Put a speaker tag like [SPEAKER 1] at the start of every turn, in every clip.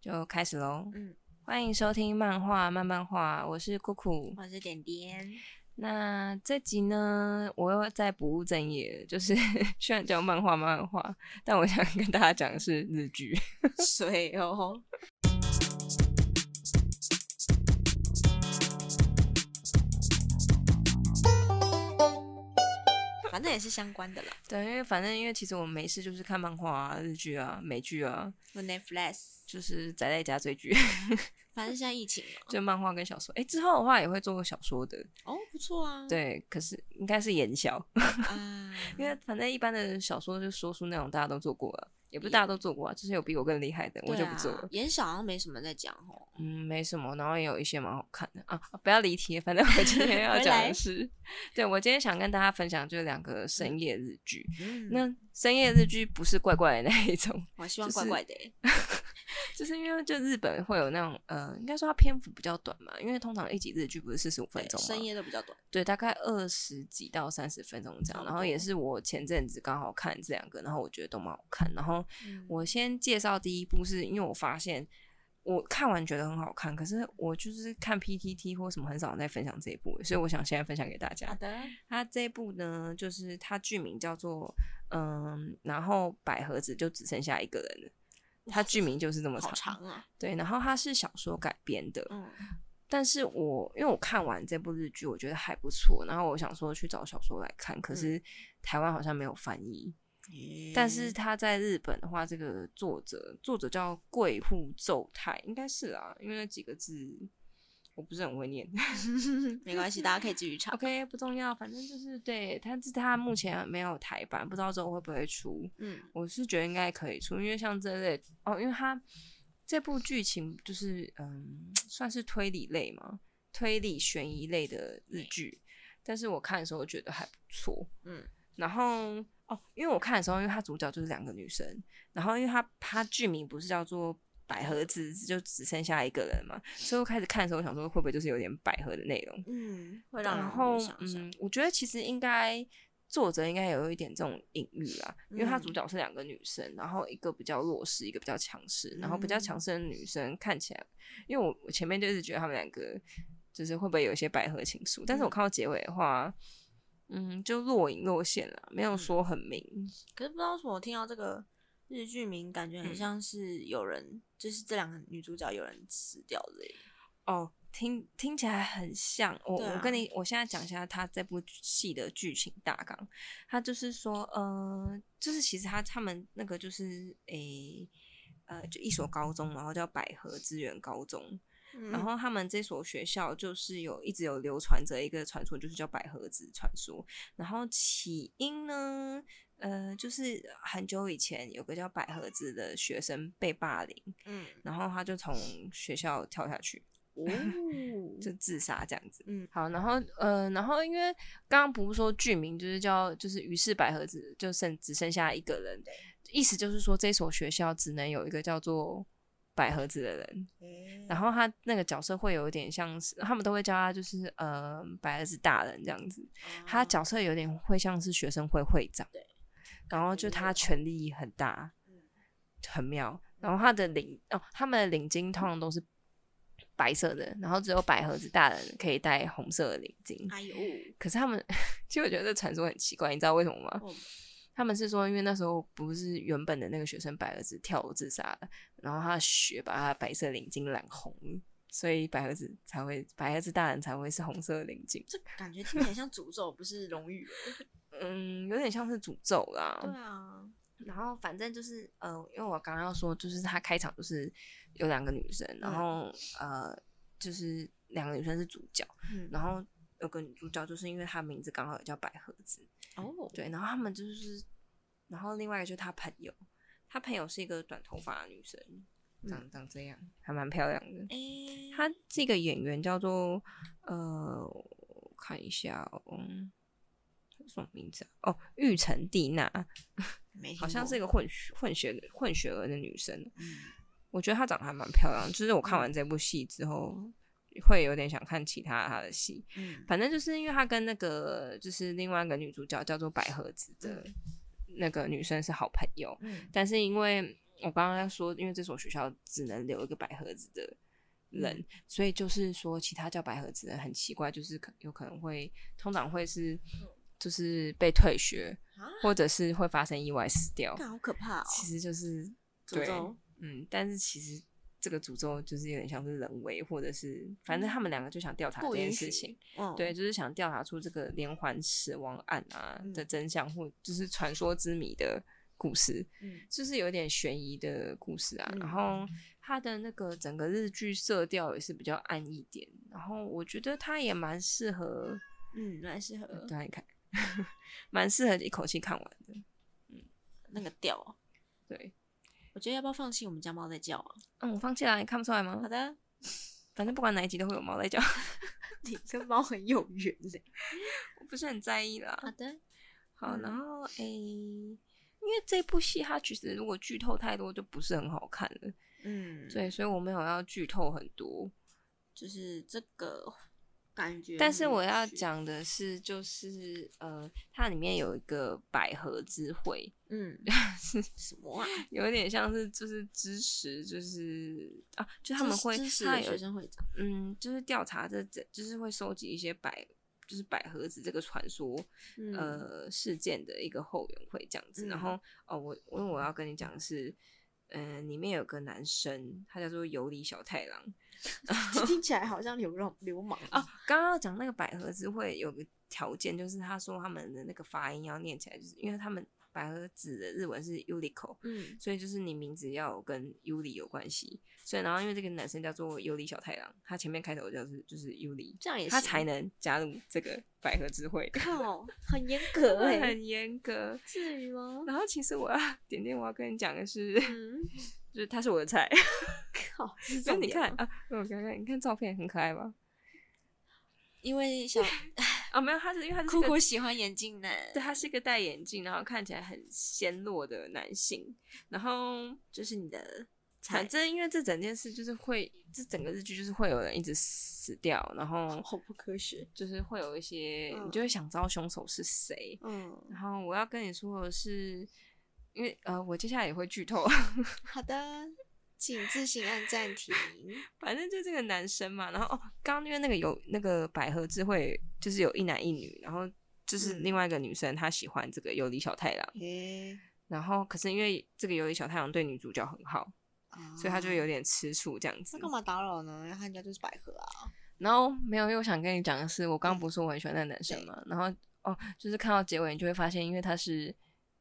[SPEAKER 1] 就开始喽。
[SPEAKER 2] 嗯，
[SPEAKER 1] 欢迎收听漫画慢漫画，我是酷酷。
[SPEAKER 2] 我是点点，
[SPEAKER 1] 那这集呢，我又在不务正业，就是 虽然叫漫画漫画，但我想跟大家讲的是日剧。
[SPEAKER 2] 水哦，反正也是相关的啦。
[SPEAKER 1] 对，因为反正因为其实我们没事就是看漫画啊、日剧啊、美剧啊，
[SPEAKER 2] 有 Netflix，
[SPEAKER 1] 就是宅在家追剧，
[SPEAKER 2] 反正现在疫情嘛，
[SPEAKER 1] 就漫画跟小说。哎，之后的话也会做小说的，
[SPEAKER 2] 哦，不错啊。
[SPEAKER 1] 对，可是应该是言小。
[SPEAKER 2] 啊，
[SPEAKER 1] 因为反正一般的小说就说书那种，大家都做过了，也不是大家都做过啊，就是有比我更厉害的，我
[SPEAKER 2] 对
[SPEAKER 1] 就不做
[SPEAKER 2] 啊
[SPEAKER 1] 了。。
[SPEAKER 2] 演小好像没什么在讲 哦。
[SPEAKER 1] 嗯，没什么，然后也有一些蛮好看的啊啊不要离题，反正我今天要
[SPEAKER 2] 回
[SPEAKER 1] 讲
[SPEAKER 2] 来
[SPEAKER 1] 的是， 对我今天想跟大家分享就是两个深夜日剧。
[SPEAKER 2] 嗯，
[SPEAKER 1] 那深夜日剧不是怪怪的那一种，
[SPEAKER 2] 我希望
[SPEAKER 1] 就
[SPEAKER 2] 怪
[SPEAKER 1] 是
[SPEAKER 2] 怪的欸。
[SPEAKER 1] 就是因为就日本会有那种呃，应该说它篇幅比较短嘛，因为通常一集日剧不是四十五分
[SPEAKER 2] 对
[SPEAKER 1] 钟吗？
[SPEAKER 2] 深夜都比较短。
[SPEAKER 1] 对，大概二十几到三十分钟这
[SPEAKER 2] 差
[SPEAKER 1] 样。
[SPEAKER 2] 不
[SPEAKER 1] 然后也
[SPEAKER 2] 多
[SPEAKER 1] 是我前阵子刚好看这两个，然后我觉得都蛮好看。然后
[SPEAKER 2] 嗯
[SPEAKER 1] 我先介绍第一部，是因为我发现我看完觉得很好看，可是我就是看 PTT 或什么很少人在分享这一部，所以我想现在分享给大
[SPEAKER 2] 好
[SPEAKER 1] 家。
[SPEAKER 2] 的，
[SPEAKER 1] 它这一部呢，就是它剧名叫做嗯，然后百合子就只剩下一个人了。它剧名就是这么
[SPEAKER 2] 好
[SPEAKER 1] 长，
[SPEAKER 2] 长 啊。
[SPEAKER 1] 对，然后它是小说改编的，
[SPEAKER 2] 嗯，
[SPEAKER 1] 但是我因为我看完这部日剧，我觉得还不错，然后我想说去找小说来看，可是台湾好像没有翻译。但
[SPEAKER 2] 嗯
[SPEAKER 1] 是他在日本的话，这个作者作者叫贵户奏太，应该是啊，因为那几个字我不是很会念。
[SPEAKER 2] 没关系，大家可以继续唱。
[SPEAKER 1] OK，不重要，反正就是对，但是他目前没有台版，不知道之后会不会出。
[SPEAKER 2] 嗯，
[SPEAKER 1] 我是觉得应该可以出，因为像这类哦，因为它这部剧情就是嗯，算是推理类嘛，推理悬疑类的日剧，但是我看的时候觉得还不错，
[SPEAKER 2] 嗯，
[SPEAKER 1] 然后哦，因为我看的时候，因为它主角就是两个女生，然后因为它它剧名不是叫做。百合子就只剩下一个人嘛，所以我开始看的时候，我想说会不会就是有点百合的内容，
[SPEAKER 2] 嗯，会让
[SPEAKER 1] 然
[SPEAKER 2] 人
[SPEAKER 1] 后
[SPEAKER 2] 有想象
[SPEAKER 1] 嗯，我觉得其实应该作者应该有一点这种隐喻啦，因为他
[SPEAKER 2] 嗯
[SPEAKER 1] 主角是两个女生，然后一个比较弱势，一个比较强势，然后比较强
[SPEAKER 2] 嗯
[SPEAKER 1] 势的女生看起来，因为我我前面就是觉得他们两个就是会不会有一些百合情愫，但是我
[SPEAKER 2] 嗯
[SPEAKER 1] 看到结尾的话，嗯，就若隐若现啦，没有
[SPEAKER 2] 嗯
[SPEAKER 1] 说很明，
[SPEAKER 2] 可是不知道为什么，我听到这个日剧名，感觉很
[SPEAKER 1] 嗯
[SPEAKER 2] 像是有人，就是这两个女主角有人死掉之类的。
[SPEAKER 1] 哦，听听起来很像。我、
[SPEAKER 2] 对
[SPEAKER 1] 我
[SPEAKER 2] 啊
[SPEAKER 1] 跟你，我现在讲一下他这部戏的剧情大纲。他就是说，呃，就是其实他他们那个就是诶、呃，就一所高中，然后叫百合资源高中。
[SPEAKER 2] 嗯
[SPEAKER 1] 然后他们这所学校就是有一直有流传着一个传说，就是叫百合子传说。然后起因呢，呃，就是很久以前有个叫百合子的学生被霸凌，
[SPEAKER 2] 嗯，
[SPEAKER 1] 然后他就从学校跳下去。
[SPEAKER 2] 哦，
[SPEAKER 1] 就自杀这样子。
[SPEAKER 2] 嗯，
[SPEAKER 1] 好，然后呃，然后因为刚刚不是说剧名就是叫就是于是百合子就剩只剩下一个人，意思就是说这所学校只能有一个叫做百合子的人。
[SPEAKER 2] 嗯
[SPEAKER 1] 然后他那个角色会有一点像是他们都会叫他就是呃百合子大人这样子，他
[SPEAKER 2] 啊
[SPEAKER 1] 角色有点会像是学生会会长，
[SPEAKER 2] 对，
[SPEAKER 1] 然后就他权力很大
[SPEAKER 2] 嗯，
[SPEAKER 1] 很妙。然后他的领哦，他们的领巾通常都是白色的，然后只有百合子大人可以戴红色的领巾。
[SPEAKER 2] 哎呦，
[SPEAKER 1] 可是他们， 其实我觉得这传说很奇怪，你知道为什么吗？
[SPEAKER 2] 哦
[SPEAKER 1] 他们是说，因为那时候不是原本的那个学生百合子跳楼自杀了，然后他的血把他的白色领巾染红，所以百合子才会百合子大人才会是红色的领巾。
[SPEAKER 2] 这感觉听起来像诅咒，不是荣 誉。
[SPEAKER 1] 嗯，有点像是诅咒啦。
[SPEAKER 2] 对啊，
[SPEAKER 1] 然后反正就是呃，因为我刚刚要说，就是他开场就是有两个女生，然后、呃，就是两个女生是主角，
[SPEAKER 2] 嗯，
[SPEAKER 1] 然后有个女主角就是因为她名字刚好也叫百合子，
[SPEAKER 2] 哦，
[SPEAKER 1] 对，然后他们就是，然后另外一个就是她朋友，她朋友是一个短头发的女生，长长这样，还蛮漂亮的。
[SPEAKER 2] 哎，
[SPEAKER 1] 嗯她这个演员叫做呃，我看一下哦，她什么名字啊？哦，玉成蒂娜。
[SPEAKER 2] 没听
[SPEAKER 1] 好像
[SPEAKER 2] 过
[SPEAKER 1] 是一个混血混血混血儿的女生，
[SPEAKER 2] 嗯
[SPEAKER 1] 我觉得她长得还蛮漂亮。就是我看完这部戏之后，会有点想看其他她的戏。
[SPEAKER 2] 嗯
[SPEAKER 1] 反正就是因为她跟那个就是另外一个女主角叫做百合子的那个女生是好朋友，
[SPEAKER 2] 嗯
[SPEAKER 1] 但是因为我刚刚说，因为这所学校只能留一个白盒子的人，
[SPEAKER 2] 嗯
[SPEAKER 1] 所以就是说，其他叫白盒子的人很奇怪，就是可有可能会通常会是就是被退学，
[SPEAKER 2] 啊，
[SPEAKER 1] 或者是会发生意外死掉。
[SPEAKER 2] 干好可怕哦！
[SPEAKER 1] 其实就是
[SPEAKER 2] 诅
[SPEAKER 1] 对
[SPEAKER 2] 咒，
[SPEAKER 1] 嗯，但是其实这个诅咒就是有点像是人为，或者是反正他们两个就想调查这
[SPEAKER 2] 嗯不
[SPEAKER 1] 件
[SPEAKER 2] 允
[SPEAKER 1] 事
[SPEAKER 2] 许
[SPEAKER 1] 情。，
[SPEAKER 2] 嗯，
[SPEAKER 1] 对，，就是想调查出这个连环死亡案啊
[SPEAKER 2] 嗯
[SPEAKER 1] 的真相，或就是传说之谜的故事，
[SPEAKER 2] 嗯
[SPEAKER 1] 就是有点悬疑的故事啊。
[SPEAKER 2] 嗯
[SPEAKER 1] 然后它的那个整个日剧色调也是比较暗一点，然后我觉得它也蛮适合，
[SPEAKER 2] 嗯，蛮适合
[SPEAKER 1] 对啊，你看， 蛮适合一口气看完的。
[SPEAKER 2] 那个调哦。
[SPEAKER 1] 对，
[SPEAKER 2] 我觉得要不要放弃我们家猫在叫啊？
[SPEAKER 1] 嗯，我放弃了，你看不出来吗
[SPEAKER 2] 好？的，
[SPEAKER 1] 反正不管哪一集都会有猫在叫，
[SPEAKER 2] 你跟猫很有缘的。
[SPEAKER 1] 我不是很在意啦。
[SPEAKER 2] 好 的，
[SPEAKER 1] 好，然
[SPEAKER 2] 嗯
[SPEAKER 1] 后诶、因为这部戏它其实如果剧透太多就不是很好看了，
[SPEAKER 2] 嗯，
[SPEAKER 1] 对，，所以我没有要剧透很多，
[SPEAKER 2] 就是这个感觉很有趣。
[SPEAKER 1] 但是我要讲的是，就是呃，它里面有一个百合之会，
[SPEAKER 2] 嗯，什么啊？
[SPEAKER 1] 有点像是就是支持，就是啊，就他
[SPEAKER 2] 支
[SPEAKER 1] 们会
[SPEAKER 2] 支持
[SPEAKER 1] 他
[SPEAKER 2] 的
[SPEAKER 1] 有
[SPEAKER 2] 学生会长，
[SPEAKER 1] 嗯，就是调查这这，就是会收集一些百。就是百合子这个传说，
[SPEAKER 2] 嗯
[SPEAKER 1] 呃，事件的一个后援会这样子。然
[SPEAKER 2] 嗯
[SPEAKER 1] 后哦，我因为我要跟你讲的是，嗯、里面有个男生，他叫做尤里小太郎，
[SPEAKER 2] 听起来好像流浪流氓
[SPEAKER 1] 哦，刚刚要讲那个百合子会有个条件，就是他说他们的那个发音要念起来，就是因为他们百合子的日文是 Ulico，
[SPEAKER 2] 嗯，
[SPEAKER 1] 所以就是你名字要跟 Uli 有关系。所以然后因为这个男生叫做尤里小太郎，他前面开头就是就是 Uli，
[SPEAKER 2] 这样也
[SPEAKER 1] 他
[SPEAKER 2] 行
[SPEAKER 1] 才能加入这个百合之 会。
[SPEAKER 2] 靠，很 严格哎，
[SPEAKER 1] 很严格。
[SPEAKER 2] 至于吗？
[SPEAKER 1] 然后其实我要点点我要跟你讲的是，
[SPEAKER 2] 嗯，
[SPEAKER 1] 就是他是我的菜。
[SPEAKER 2] 靠，是
[SPEAKER 1] 那
[SPEAKER 2] 重
[SPEAKER 1] 你
[SPEAKER 2] 点哦
[SPEAKER 1] 看
[SPEAKER 2] 吗，
[SPEAKER 1] 啊，我看看，你看照片很可爱吧？
[SPEAKER 2] 因为 小
[SPEAKER 1] 啊，没有，他是因为他是这
[SPEAKER 2] 酷
[SPEAKER 1] 个
[SPEAKER 2] 酷喜欢眼镜男，
[SPEAKER 1] 对，他是一个戴眼镜，然后看起来很纤弱的男性。然后
[SPEAKER 2] 就是你的
[SPEAKER 1] 反
[SPEAKER 2] 才
[SPEAKER 1] 正因为这整件事就是会，这整个日剧就是会有人一直死掉，然后
[SPEAKER 2] 好不科学，
[SPEAKER 1] 就是会有一些，你
[SPEAKER 2] 嗯
[SPEAKER 1] 就会想知道凶手是谁。
[SPEAKER 2] 嗯，
[SPEAKER 1] 然后我要跟你说的是，因为呃，我接下来也会剧透，
[SPEAKER 2] 好的，请自行按暂停，
[SPEAKER 1] 反正就这个男生嘛，然后哦，刚刚因为那个有那个百合智慧，就是有一男一女，然后就是
[SPEAKER 2] 嗯
[SPEAKER 1] 另外一个女生，她喜欢这个尤里小太郎，
[SPEAKER 2] 诶，
[SPEAKER 1] 然后可是因为这个尤里小太郎对女主角很好， 所以他就有
[SPEAKER 2] 啊。
[SPEAKER 1] 点吃醋这样子
[SPEAKER 2] 那。干嘛打扰呢？他人家就是百合啊，
[SPEAKER 1] 然后没有，又想跟你讲的是，我刚刚不是说我很喜欢那个男生嘛，然后哦，就是看到结尾你就会发现，因为他是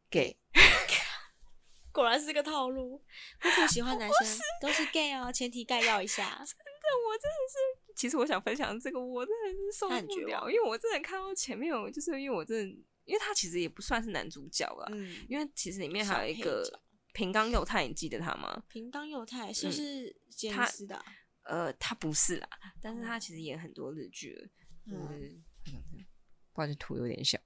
[SPEAKER 1] gay，
[SPEAKER 2] 果然是个套路。酷酷 喜欢男生都是 gay 哦，前提概要一 下。
[SPEAKER 1] 但我真的是， 其实我想分享这个，我真的是受
[SPEAKER 2] 他很
[SPEAKER 1] 不
[SPEAKER 2] 绝
[SPEAKER 1] 了，因为我真的看到前面，我就是因为我真的，因为他其实也不算是男主角啦，
[SPEAKER 2] 嗯，
[SPEAKER 1] 因为其实里面还有一
[SPEAKER 2] 小配
[SPEAKER 1] 个
[SPEAKER 2] 角
[SPEAKER 1] 平冈佑太，你记得他吗？
[SPEAKER 2] 平当幼太
[SPEAKER 1] 嗯
[SPEAKER 2] 是不是杰尼
[SPEAKER 1] 他
[SPEAKER 2] 斯的啊？
[SPEAKER 1] 呃，他不是啦，但是他
[SPEAKER 2] 哦
[SPEAKER 1] 其实演很多日剧了，就
[SPEAKER 2] 嗯，
[SPEAKER 1] 是不然就图有点小。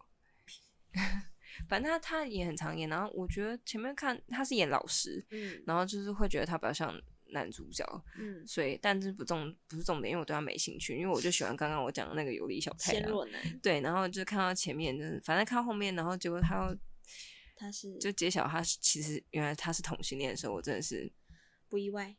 [SPEAKER 1] 反正他他也很常演，然后我觉得前面看他是演老师，
[SPEAKER 2] 嗯
[SPEAKER 1] 然后就是会觉得他比较像男主角，
[SPEAKER 2] 嗯，
[SPEAKER 1] 所以但是不重不是重点，因为我对他没兴趣，因为我就喜欢刚刚我讲的那个尤里小太
[SPEAKER 2] 纤
[SPEAKER 1] 郎，
[SPEAKER 2] 弱男，
[SPEAKER 1] 对，然后就看到前面，就是反正看到后面，然后结果他要
[SPEAKER 2] 他是
[SPEAKER 1] 就揭晓他是其实原来他是同性恋的时候，我真的是
[SPEAKER 2] 不意外，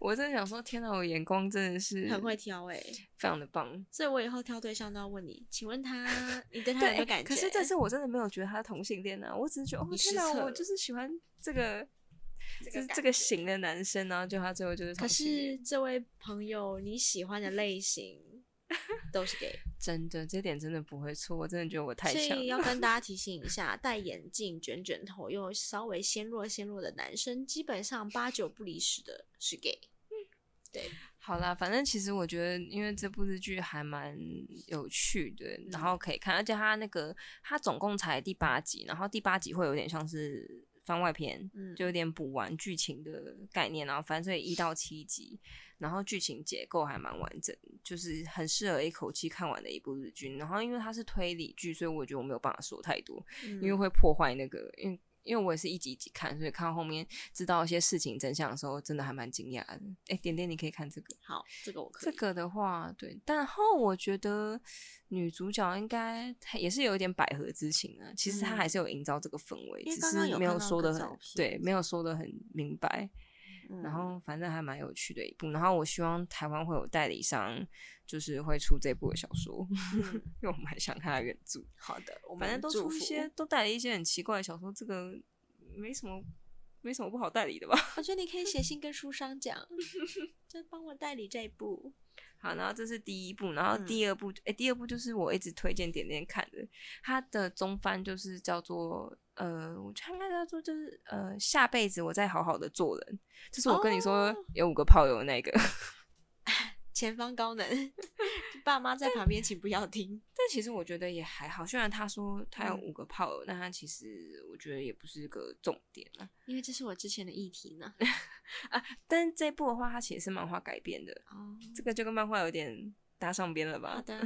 [SPEAKER 1] 我真的想说，天哪，我眼光真的是
[SPEAKER 2] 很会，挑哎、
[SPEAKER 1] 非常的棒。
[SPEAKER 2] 所以我以后挑对象都要问你，请问他，你对他有没
[SPEAKER 1] 对
[SPEAKER 2] 有，感觉？
[SPEAKER 1] 可是这次我真的没有觉得他同性恋啊，我只是觉得哦
[SPEAKER 2] 你
[SPEAKER 1] 天
[SPEAKER 2] 失
[SPEAKER 1] 哪，
[SPEAKER 2] 策
[SPEAKER 1] 我
[SPEAKER 2] 了
[SPEAKER 1] 就是喜欢这个，
[SPEAKER 2] 这个
[SPEAKER 1] 就是
[SPEAKER 2] 感
[SPEAKER 1] 这个
[SPEAKER 2] 觉
[SPEAKER 1] 型的男生，然后就他最后就是
[SPEAKER 2] 可
[SPEAKER 1] 同性
[SPEAKER 2] 是
[SPEAKER 1] 恋，
[SPEAKER 2] 这位朋友，你喜欢的类 型都是 gay，
[SPEAKER 1] 真的这点真的不会错，我真的觉得我太
[SPEAKER 2] 所
[SPEAKER 1] 强
[SPEAKER 2] 以
[SPEAKER 1] 了。
[SPEAKER 2] 要跟大家提醒一下，戴眼镜、卷卷头又稍微纤弱纤弱的男生，基本上八九不离十的是 gay。对，
[SPEAKER 1] 嗯好啦，反正其实我觉得，因为这部日剧还蛮有趣的，然
[SPEAKER 2] 嗯
[SPEAKER 1] 后可以看，而且它那个它总共才第八集，然后第八集会有点像是番外篇，
[SPEAKER 2] 嗯
[SPEAKER 1] 就有点补完剧情的概念，然后反正所以一到七集，然后剧情结构还蛮完整，就是很适合一口气看完的一部日剧。然后因为它是推理剧，所以我觉得我没有办法说太多，因为
[SPEAKER 2] 嗯
[SPEAKER 1] 会破坏那个，因为因为我也是一集一集看，所以看到后面知道一些事情真相的时候，真的还蛮惊讶的。哎，点点，你可以看这个。
[SPEAKER 2] 好，这个我可
[SPEAKER 1] 这
[SPEAKER 2] 以。
[SPEAKER 1] 个的话，对，但后我觉得女主角应该她也是有一点百合之情啊。其实她还是有营造这个氛围，
[SPEAKER 2] 嗯因为
[SPEAKER 1] 只
[SPEAKER 2] 刚刚
[SPEAKER 1] 是
[SPEAKER 2] 有
[SPEAKER 1] 没
[SPEAKER 2] 看
[SPEAKER 1] 有
[SPEAKER 2] 到
[SPEAKER 1] 说
[SPEAKER 2] 个
[SPEAKER 1] 的很
[SPEAKER 2] 照片
[SPEAKER 1] 对，没有说的很明白。
[SPEAKER 2] 嗯
[SPEAKER 1] 然后反正还蛮有趣的一部。然后我希望台湾会有代理商，就是会出这部的小说，
[SPEAKER 2] 嗯，嗯
[SPEAKER 1] 因为我蛮想看它原著。
[SPEAKER 2] 好的，我们
[SPEAKER 1] 反正都
[SPEAKER 2] 祝
[SPEAKER 1] 出一
[SPEAKER 2] 福
[SPEAKER 1] 些，都代理一些很奇怪的小说，这个没什么没什么不好代理的吧。
[SPEAKER 2] 我觉得你可以写信跟书 商讲，就帮我代理这一部。
[SPEAKER 1] 好，然后这是第一部，然后
[SPEAKER 2] 嗯
[SPEAKER 1] 第二部，哎、第二部就是我一直推荐点点看的，它的中翻就是叫做呃，我觉得它应该叫做就是呃，下辈子我再好好的做人，就是我跟你说、
[SPEAKER 2] 哦
[SPEAKER 1] 有五个炮友的那个，
[SPEAKER 2] 前方高能， 爸妈在旁边请不要听。
[SPEAKER 1] 但其实我觉得也还好，虽然他说他有
[SPEAKER 2] 嗯
[SPEAKER 1] 五个炮友，但他其实我觉得也不是个重点啊。
[SPEAKER 2] 因为这是我之前的议题 呢。
[SPEAKER 1] 但这部的话，它其实是漫画改编的，
[SPEAKER 2] 哦，
[SPEAKER 1] 这个就跟漫画有点搭上边了吧？
[SPEAKER 2] 好的。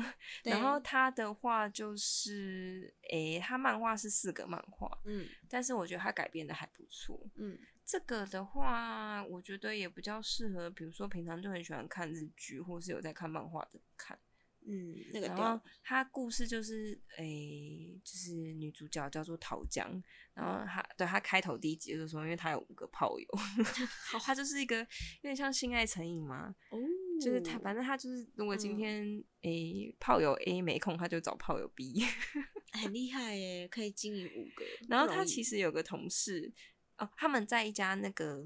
[SPEAKER 1] 然
[SPEAKER 2] 对
[SPEAKER 1] 后，他的话就是，诶、他漫画是四个漫画，
[SPEAKER 2] 嗯
[SPEAKER 1] 但是我觉得它改编的还不错。
[SPEAKER 2] 嗯
[SPEAKER 1] 这个的话，我觉得也比较适合，比如说平常就很喜欢看日剧，或是有在看漫画的看。
[SPEAKER 2] 嗯，那个
[SPEAKER 1] 然
[SPEAKER 2] 调
[SPEAKER 1] 后它故事就是，诶、就是女主角叫做桃江，然后她对她开头第一集就是说，因为她有五个炮友，她就是一个有点像性爱成瘾嘛，
[SPEAKER 2] 哦，
[SPEAKER 1] 就是她反正她就是，如果今
[SPEAKER 2] 嗯
[SPEAKER 1] 天诶、炮友 A 没空，她就找炮友 B。
[SPEAKER 2] 很厉害耶，可以经营五个。
[SPEAKER 1] 然后
[SPEAKER 2] 不
[SPEAKER 1] 他
[SPEAKER 2] 容易
[SPEAKER 1] 其实有个同事哦，他们在一家那个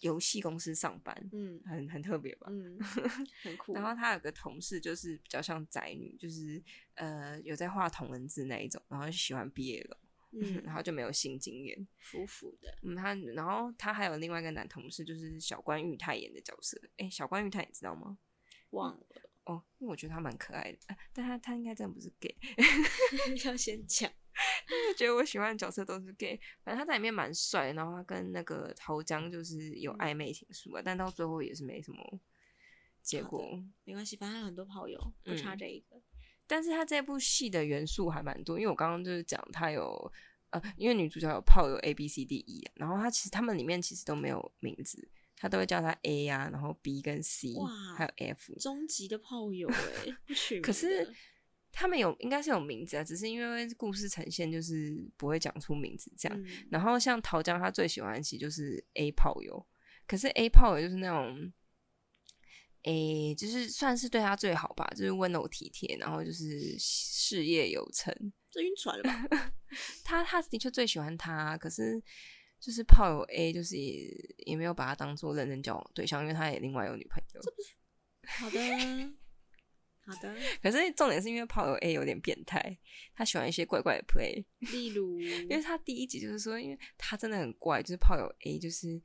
[SPEAKER 1] 游戏公司上班，
[SPEAKER 2] 嗯
[SPEAKER 1] 很很特别吧。
[SPEAKER 2] 嗯， 很酷。
[SPEAKER 1] 然后他有个同事就是比较像宅女，就是呃有在画同人志那一种，然后就喜欢 BL，、
[SPEAKER 2] 嗯，
[SPEAKER 1] 然后就没有性经验。
[SPEAKER 2] 服服的，
[SPEAKER 1] 嗯，他然后他还有另外一个男同事，就是小关裕太演的角色。哎，小关裕太你知道吗？
[SPEAKER 2] 忘了
[SPEAKER 1] 哦，因为我觉得他蛮可爱的，啊但他他应该真的不是 gay，
[SPEAKER 2] 要先讲。
[SPEAKER 1] 就觉得我喜欢的角色都是 gay，反正他在里面蛮帅的，然后他跟那个桃江就是
[SPEAKER 2] 嗯
[SPEAKER 1] 有暧昧情愫啊，但到最后也是没什么结
[SPEAKER 2] 好的
[SPEAKER 1] 果。
[SPEAKER 2] 没关系，反正还有很多炮友，不差
[SPEAKER 1] 嗯
[SPEAKER 2] 这一个。
[SPEAKER 1] 但是他这部戏的元素还蛮多，因为我刚刚就是讲他有呃，因为女主角有炮友 A B C D E，然后他其实他们里面其实都没有名字，他都会叫他 A 啊，然后 B 跟 C，
[SPEAKER 2] 哇
[SPEAKER 1] 还有 F。
[SPEAKER 2] 终极的炮友哎，不取名
[SPEAKER 1] 可是
[SPEAKER 2] 的
[SPEAKER 1] 他们有应该是有名字啊，只是因为故事呈现就是不会讲出名字这样。
[SPEAKER 2] 嗯
[SPEAKER 1] 然后像桃江，他最喜欢的其实就是 A 炮友，可是 A 炮友就是那种，诶、就是算是对他最好吧，就是温柔体贴，然后就是事业有成。
[SPEAKER 2] 这晕船了吧？
[SPEAKER 1] 他他的确最喜欢他，可是就是炮友 A 就是也也没有把他当做认真交往对象，因为他也另外有女朋友。
[SPEAKER 2] 好的，好的。
[SPEAKER 1] 可是重点是因为炮友 A 有点变态，他喜欢一些怪怪的 play。
[SPEAKER 2] 例如，
[SPEAKER 1] 因为他第一集就是说，因为他真的很怪，就是炮友 A，就是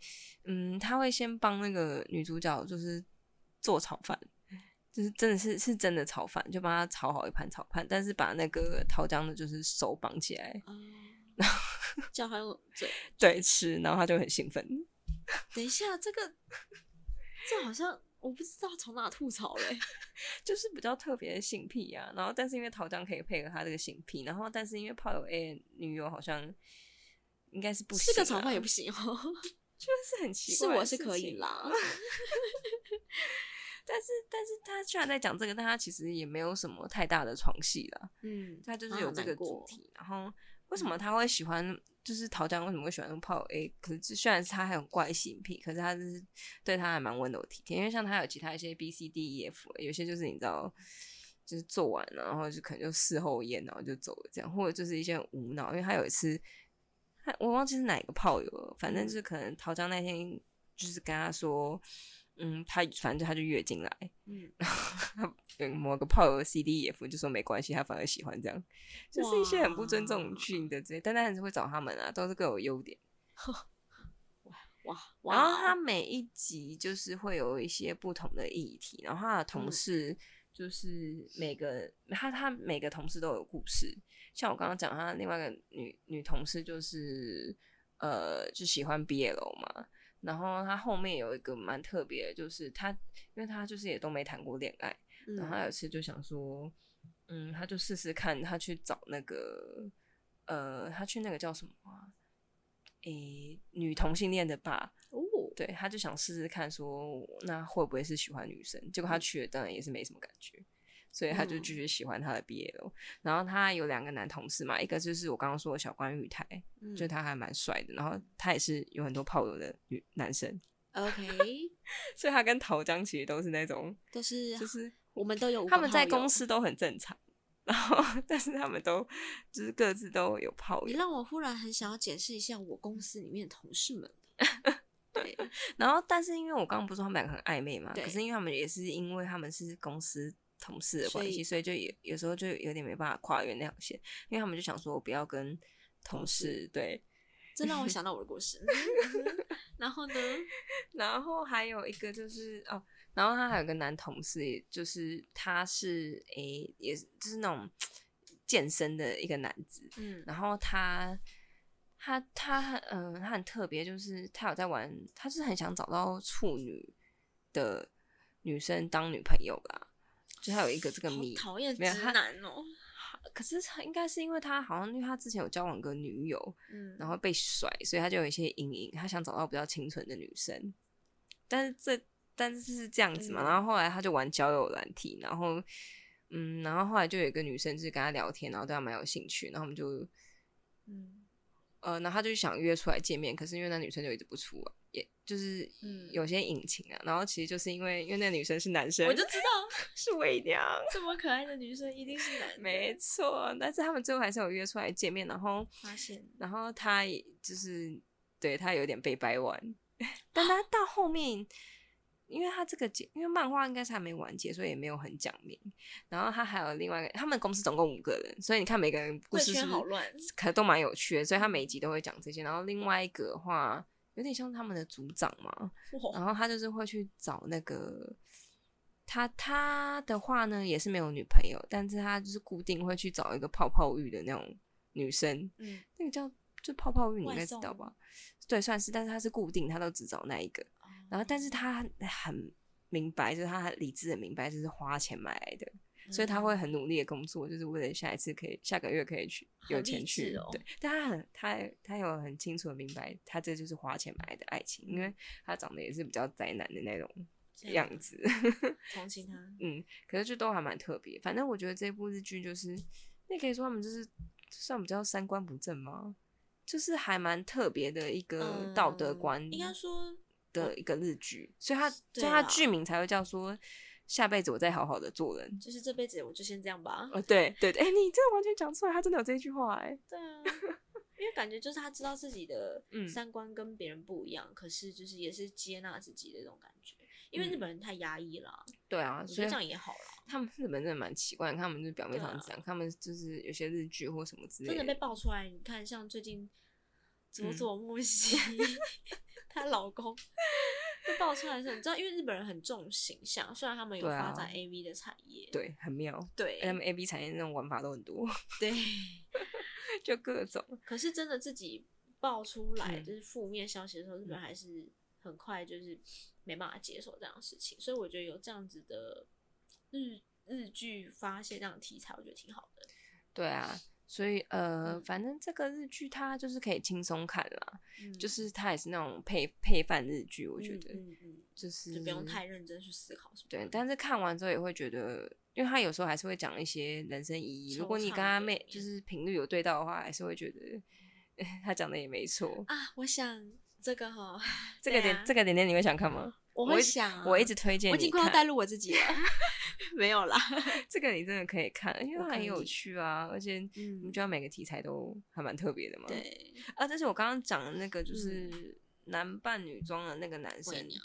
[SPEAKER 1] 嗯，他会先帮那个女主角就是做炒饭，就是真的是是真的炒饭，就帮她炒好一盘炒饭，但是把那个桃江的就是手绑起来，
[SPEAKER 2] 啊，叫他用嘴。
[SPEAKER 1] 对吃，然后他就很兴奋。
[SPEAKER 2] 等一下，这个这好像我不知道从哪吐槽嘞。
[SPEAKER 1] 就是比较特别的性癖啊。然后，但是因为桃江可以配合他这个性癖，然后但是因为炮友 A 的女友好像应该是不行、
[SPEAKER 2] 这
[SPEAKER 1] 啊，
[SPEAKER 2] 个炒饭也不行哦，
[SPEAKER 1] 就是很奇
[SPEAKER 2] 是
[SPEAKER 1] 怪，
[SPEAKER 2] 我是可以。 啦。
[SPEAKER 1] 但是，但是他虽然在讲这个，但他其实也没有什么太大的床戏啦，
[SPEAKER 2] 嗯，
[SPEAKER 1] 他就是
[SPEAKER 2] 啊
[SPEAKER 1] 有这个
[SPEAKER 2] 难
[SPEAKER 1] 主
[SPEAKER 2] 过嗯
[SPEAKER 1] 题。然后，为什么他会喜欢？就是桃江为什么会喜欢炮友 A？可是虽然是他还有怪性癖，可是他就是对他还蛮温柔体贴，因为像他有其他一些 B C D E F，有些就是你知道，就是做完了，然后就可能就事后烟，然后就走了这样，或者就是一些很无脑，因为他有一次，他我忘记是哪一个炮友了，反正
[SPEAKER 2] 嗯
[SPEAKER 1] 就是可能桃江那天就是跟他说，嗯，他反正他就月经来，
[SPEAKER 2] 嗯，
[SPEAKER 1] 他有 某个炮友 C D E F 就说没关系，他反而喜欢这样，就是一些很不尊重
[SPEAKER 2] 哇
[SPEAKER 1] 性的之类，但他还是会找他们啊，都是各有优点。
[SPEAKER 2] 哇哇
[SPEAKER 1] 然后
[SPEAKER 2] 哦
[SPEAKER 1] 他每一集就是会有一些不同的议题，然后他的同
[SPEAKER 2] 嗯
[SPEAKER 1] 事就是每个他他每个同事都有故事，像我刚刚讲他另外一个女女同事就是呃就喜欢 BL 嘛，然后他后面有一个蛮特别的，就是他因为他就是也都没谈过恋爱，嗯然
[SPEAKER 2] 嗯哦
[SPEAKER 1] 后他有一次就想说，嗯，他就试试看，他去找那个，呃，他去那个叫什么啊？诶女同性恋的吧，
[SPEAKER 2] 哦，
[SPEAKER 1] 对，他就想试试看说那会不会是喜欢女生，结果他去了，当然也是没什么感觉。所以他就
[SPEAKER 2] 嗯
[SPEAKER 1] 继续喜欢他的 BL，、然后他有两个男同事嘛，一个就是我刚刚说的小关玉台，
[SPEAKER 2] 嗯
[SPEAKER 1] 就他还蛮帅的，然后他也是有很多炮友的女男生，
[SPEAKER 2] OK，
[SPEAKER 1] 所以他跟陶江其实都是那种，
[SPEAKER 2] 都是
[SPEAKER 1] 就是
[SPEAKER 2] 我们都有无
[SPEAKER 1] 他
[SPEAKER 2] 关
[SPEAKER 1] 们
[SPEAKER 2] 好
[SPEAKER 1] 在
[SPEAKER 2] 友
[SPEAKER 1] 公司都很正常，然后但是他们都就是各自都有炮
[SPEAKER 2] 你
[SPEAKER 1] 友，
[SPEAKER 2] 让我忽然很想要解释一下我公司里面的同事 们。对，
[SPEAKER 1] 然后但是因为我刚刚不是说他们两个很暧昧嘛，
[SPEAKER 2] 对
[SPEAKER 1] 可是因为他们也是因为他们是公司。同事的
[SPEAKER 2] 所
[SPEAKER 1] 关
[SPEAKER 2] 以
[SPEAKER 1] 系，所以就有有时候就有点没办法跨越那条线，因为他们就想说，我不要跟同事对，
[SPEAKER 2] 这让我想到我的 故事。嗯哼 然后呢？
[SPEAKER 1] 然后还有一个就是哦，然后他还有个男同事，也就是他是诶、也是就是那种健身的一个男子，
[SPEAKER 2] 嗯
[SPEAKER 1] 然后他他他嗯、他很特别，就是他有在玩，他是很想找到处女的女生当女朋友吧，就他有一个这个
[SPEAKER 2] 好
[SPEAKER 1] 谜，
[SPEAKER 2] 讨厌直
[SPEAKER 1] 没有他
[SPEAKER 2] 男 哦。
[SPEAKER 1] 可是他应该是因为他好像因为他之前有交往个女友，
[SPEAKER 2] 嗯，
[SPEAKER 1] 然后被甩，所以他就有一些阴影，他想找到比较清纯的女生。但是这但是是这样子嘛，
[SPEAKER 2] 嗯
[SPEAKER 1] 然后后来他就玩交友软体，然后嗯，然后后来就有一个女生就是跟他聊天，然后对他蛮有兴趣，然后我们就
[SPEAKER 2] 嗯
[SPEAKER 1] 呃，然后他就想约出来见面，可是因为那女生就一直不出来，也就是
[SPEAKER 2] 嗯
[SPEAKER 1] 有些隐情啊。然后其实就是因为因为那女生是男生，
[SPEAKER 2] 我就知道
[SPEAKER 1] 是伪娘，
[SPEAKER 2] 这么可爱的女生一定是男 的。
[SPEAKER 1] 没错。但是他们最后还是有约出来见面，然后
[SPEAKER 2] 发现，
[SPEAKER 1] 然后他也就是对他有点被掰弯， 但他
[SPEAKER 2] 啊
[SPEAKER 1] 到后面，因为他这个结，因为漫画应该是还没完结，所以也没有很讲明。然后他还有另外一个，他们公司总共五个人，所以你看每个人故
[SPEAKER 2] 贵
[SPEAKER 1] 事是
[SPEAKER 2] 圈
[SPEAKER 1] 不
[SPEAKER 2] 好
[SPEAKER 1] 是
[SPEAKER 2] 乱
[SPEAKER 1] 可都蛮有趣的，所以他每一集都会讲这些。然后另外一个的话，有点像他们的组长嘛，
[SPEAKER 2] 哇
[SPEAKER 1] 然后他就是会去找那个。他他的话呢，也是没有女朋友，但是他就是固定会去找一个泡泡浴的那种女生，
[SPEAKER 2] 嗯，
[SPEAKER 1] 那个叫就泡泡浴，你应
[SPEAKER 2] 外
[SPEAKER 1] 该知道
[SPEAKER 2] 送
[SPEAKER 1] 吧？对，算是，但是它是固定，他都只找那一个。
[SPEAKER 2] 嗯
[SPEAKER 1] 然后，但
[SPEAKER 2] 哦
[SPEAKER 1] 是他很明白，就是他很理智的明白，这是花钱买来的，
[SPEAKER 2] 嗯哦
[SPEAKER 1] 所以他会很努力的工作，就是为了下一次可以下个月可以去
[SPEAKER 2] 好
[SPEAKER 1] 有
[SPEAKER 2] 励
[SPEAKER 1] 钱去。
[SPEAKER 2] 志哦
[SPEAKER 1] 对，但他很他他有很清楚的明白，他这就是花钱买的爱情，
[SPEAKER 2] 嗯
[SPEAKER 1] 因为他长得也是比较宅男的那种
[SPEAKER 2] 这样
[SPEAKER 1] 样子。
[SPEAKER 2] 同情他。
[SPEAKER 1] 嗯，可是就都还蛮特别。反正我觉得这部日剧就是，那可以说他们就是算比较三观不正吗？就是还蛮特别的一个道德
[SPEAKER 2] 嗯
[SPEAKER 1] 观
[SPEAKER 2] 应该说
[SPEAKER 1] 的一个日剧，所以它所
[SPEAKER 2] 对
[SPEAKER 1] 以它
[SPEAKER 2] 啦
[SPEAKER 1] 剧名才会叫说下辈子我再好好的做 人。
[SPEAKER 2] 就是这辈子我就先这样吧。
[SPEAKER 1] 哦，对对，哎、你这完全讲出来，他真的有这一句话哎、
[SPEAKER 2] 对啊，因为感觉就是他知道自己的
[SPEAKER 1] 嗯
[SPEAKER 2] 三观跟别人不一样，可是就是也是接纳自己的这种感觉。因为日
[SPEAKER 1] 嗯
[SPEAKER 2] 本人太压抑了，
[SPEAKER 1] 对啊，
[SPEAKER 2] 我觉
[SPEAKER 1] 所以
[SPEAKER 2] 得这样也好啦。
[SPEAKER 1] 他们日本真的蛮奇怪，他们就是表面
[SPEAKER 2] 对
[SPEAKER 1] 上
[SPEAKER 2] 啊
[SPEAKER 1] 这样，他们就是有些日剧或什么之类
[SPEAKER 2] 真的
[SPEAKER 1] 的，
[SPEAKER 2] 被爆出来，你看像最近佐
[SPEAKER 1] 嗯
[SPEAKER 2] 佐 木希，她、老公被爆出来的时候，你知道，因为日本人很重形象，虽然他们有
[SPEAKER 1] 对啊
[SPEAKER 2] 发展 AV 的产业，
[SPEAKER 1] 对，很妙。
[SPEAKER 2] 对
[SPEAKER 1] 而且他们 A B 产业那种玩法都很多，
[SPEAKER 2] 对，
[SPEAKER 1] 就各种。
[SPEAKER 2] 可是真的自己爆出来、
[SPEAKER 1] 嗯
[SPEAKER 2] 就是负面消息的时候，日本人还是很快就是没办法接受这样的事情，所以我觉得有这样子的日日剧发泄这样的题材，我觉得挺好的。
[SPEAKER 1] 对啊，所以呃，
[SPEAKER 2] 嗯
[SPEAKER 1] 反正这个日剧它就是可以轻松看啦，
[SPEAKER 2] 嗯
[SPEAKER 1] 就是它也是那种配配饭日剧，我觉
[SPEAKER 2] 嗯
[SPEAKER 1] 得、
[SPEAKER 2] 嗯嗯
[SPEAKER 1] 就是
[SPEAKER 2] 就不用太认真去思考什么。
[SPEAKER 1] 对，但是看完之后也会觉得，因为它有时候还是会讲一些人生意义，如
[SPEAKER 2] 惆
[SPEAKER 1] 果你跟
[SPEAKER 2] 怅的嗯
[SPEAKER 1] 他
[SPEAKER 2] 一
[SPEAKER 1] 妹
[SPEAKER 2] 面
[SPEAKER 1] 就是频率有对到的话，还是会觉得。 他讲的也没错，
[SPEAKER 2] 啊，我想这个哈，
[SPEAKER 1] 这个
[SPEAKER 2] 对
[SPEAKER 1] 点、
[SPEAKER 2] 啊
[SPEAKER 1] 这个点点你会想看吗？
[SPEAKER 2] 我
[SPEAKER 1] 我
[SPEAKER 2] 会
[SPEAKER 1] 一
[SPEAKER 2] 想啊、
[SPEAKER 1] 我一直推荐
[SPEAKER 2] 我已
[SPEAKER 1] 你
[SPEAKER 2] 经快要带
[SPEAKER 1] 看，
[SPEAKER 2] 入我 自己了，没有啦。
[SPEAKER 1] 这个你真的可以看，因为
[SPEAKER 2] 我
[SPEAKER 1] 它很
[SPEAKER 2] 可
[SPEAKER 1] 有
[SPEAKER 2] 以
[SPEAKER 1] 趣啊，而且你
[SPEAKER 2] 嗯
[SPEAKER 1] 觉得每个题材都还蛮特别的嘛。
[SPEAKER 2] 对，
[SPEAKER 1] 啊，但是我刚刚讲的那个就
[SPEAKER 2] 嗯
[SPEAKER 1] 是男扮女装的那个男生
[SPEAKER 2] 伪，娘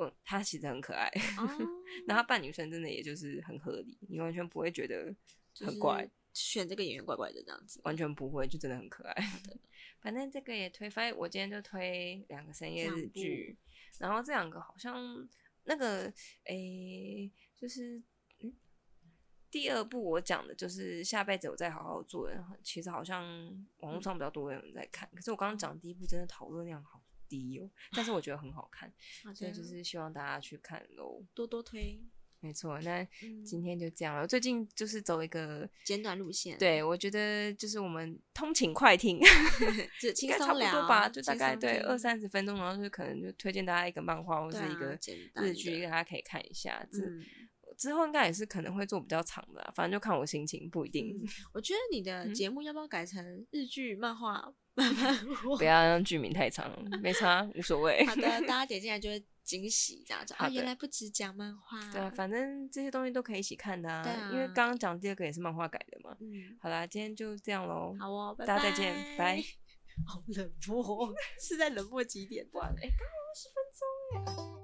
[SPEAKER 1] 嗯，他其实很可爱，
[SPEAKER 2] 哦，
[SPEAKER 1] 然后他扮女生真的也就是很合理，你完全不会觉得
[SPEAKER 2] 就
[SPEAKER 1] 很
[SPEAKER 2] 是
[SPEAKER 1] 怪，
[SPEAKER 2] 选这个演员怪怪的这样子。
[SPEAKER 1] 完全不会，就真的很可爱。反正这个也推，反正我今天就推两个深夜
[SPEAKER 2] 两
[SPEAKER 1] 日
[SPEAKER 2] 部
[SPEAKER 1] 剧，然后这两个好像那个诶、就是嗯，第二部我讲的就是下辈子我再好好做人，其实好像网络上比较多人在看，可是我刚刚讲的第一部真的讨论量好 低哦，但是我觉得很好看，
[SPEAKER 2] 好
[SPEAKER 1] 所以
[SPEAKER 2] 的，
[SPEAKER 1] 就是希望大家去看喽。
[SPEAKER 2] 多多推。
[SPEAKER 1] 没错，那
[SPEAKER 2] 嗯
[SPEAKER 1] 今天就这样了。我最近就是走一个，
[SPEAKER 2] 简短路线，，
[SPEAKER 1] 对我觉得就是我们通勤快听，
[SPEAKER 2] 就
[SPEAKER 1] 应
[SPEAKER 2] 轻
[SPEAKER 1] 该差
[SPEAKER 2] 松
[SPEAKER 1] 不
[SPEAKER 2] 聊
[SPEAKER 1] 多吧，就大
[SPEAKER 2] 轻
[SPEAKER 1] 概
[SPEAKER 2] 松
[SPEAKER 1] 对
[SPEAKER 2] 听
[SPEAKER 1] 二三十分钟，然后就可能就推荐大家一个漫画或是
[SPEAKER 2] 对
[SPEAKER 1] 一
[SPEAKER 2] 啊
[SPEAKER 1] 个
[SPEAKER 2] 简单
[SPEAKER 1] 日
[SPEAKER 2] 的
[SPEAKER 1] 剧，大家可以看一下。之、
[SPEAKER 2] 嗯，
[SPEAKER 1] 之后应该也是可能会做比较长的啦，反正就看我心情，不一定。
[SPEAKER 2] 嗯我觉得你的
[SPEAKER 1] 嗯
[SPEAKER 2] 节目要不要改成日剧、漫画、漫 画？
[SPEAKER 1] 不要让剧名太长，没差，无所谓。
[SPEAKER 2] 好的，大家点进来就会惊喜，这样子 啊，
[SPEAKER 1] 好的
[SPEAKER 2] 原来不只讲漫画，
[SPEAKER 1] 对啊，反正这些东西都可以一起看的啊，
[SPEAKER 2] 对
[SPEAKER 1] 因为
[SPEAKER 2] 啊
[SPEAKER 1] 刚刚讲第二个也是漫画改的嘛。
[SPEAKER 2] 嗯，
[SPEAKER 1] 好啦，今天就这样喽。
[SPEAKER 2] 好哦，拜
[SPEAKER 1] 大家再见拜。
[SPEAKER 2] 好冷漠，是在冷漠几点的？
[SPEAKER 1] 哇，哎，刚好二十分钟哎。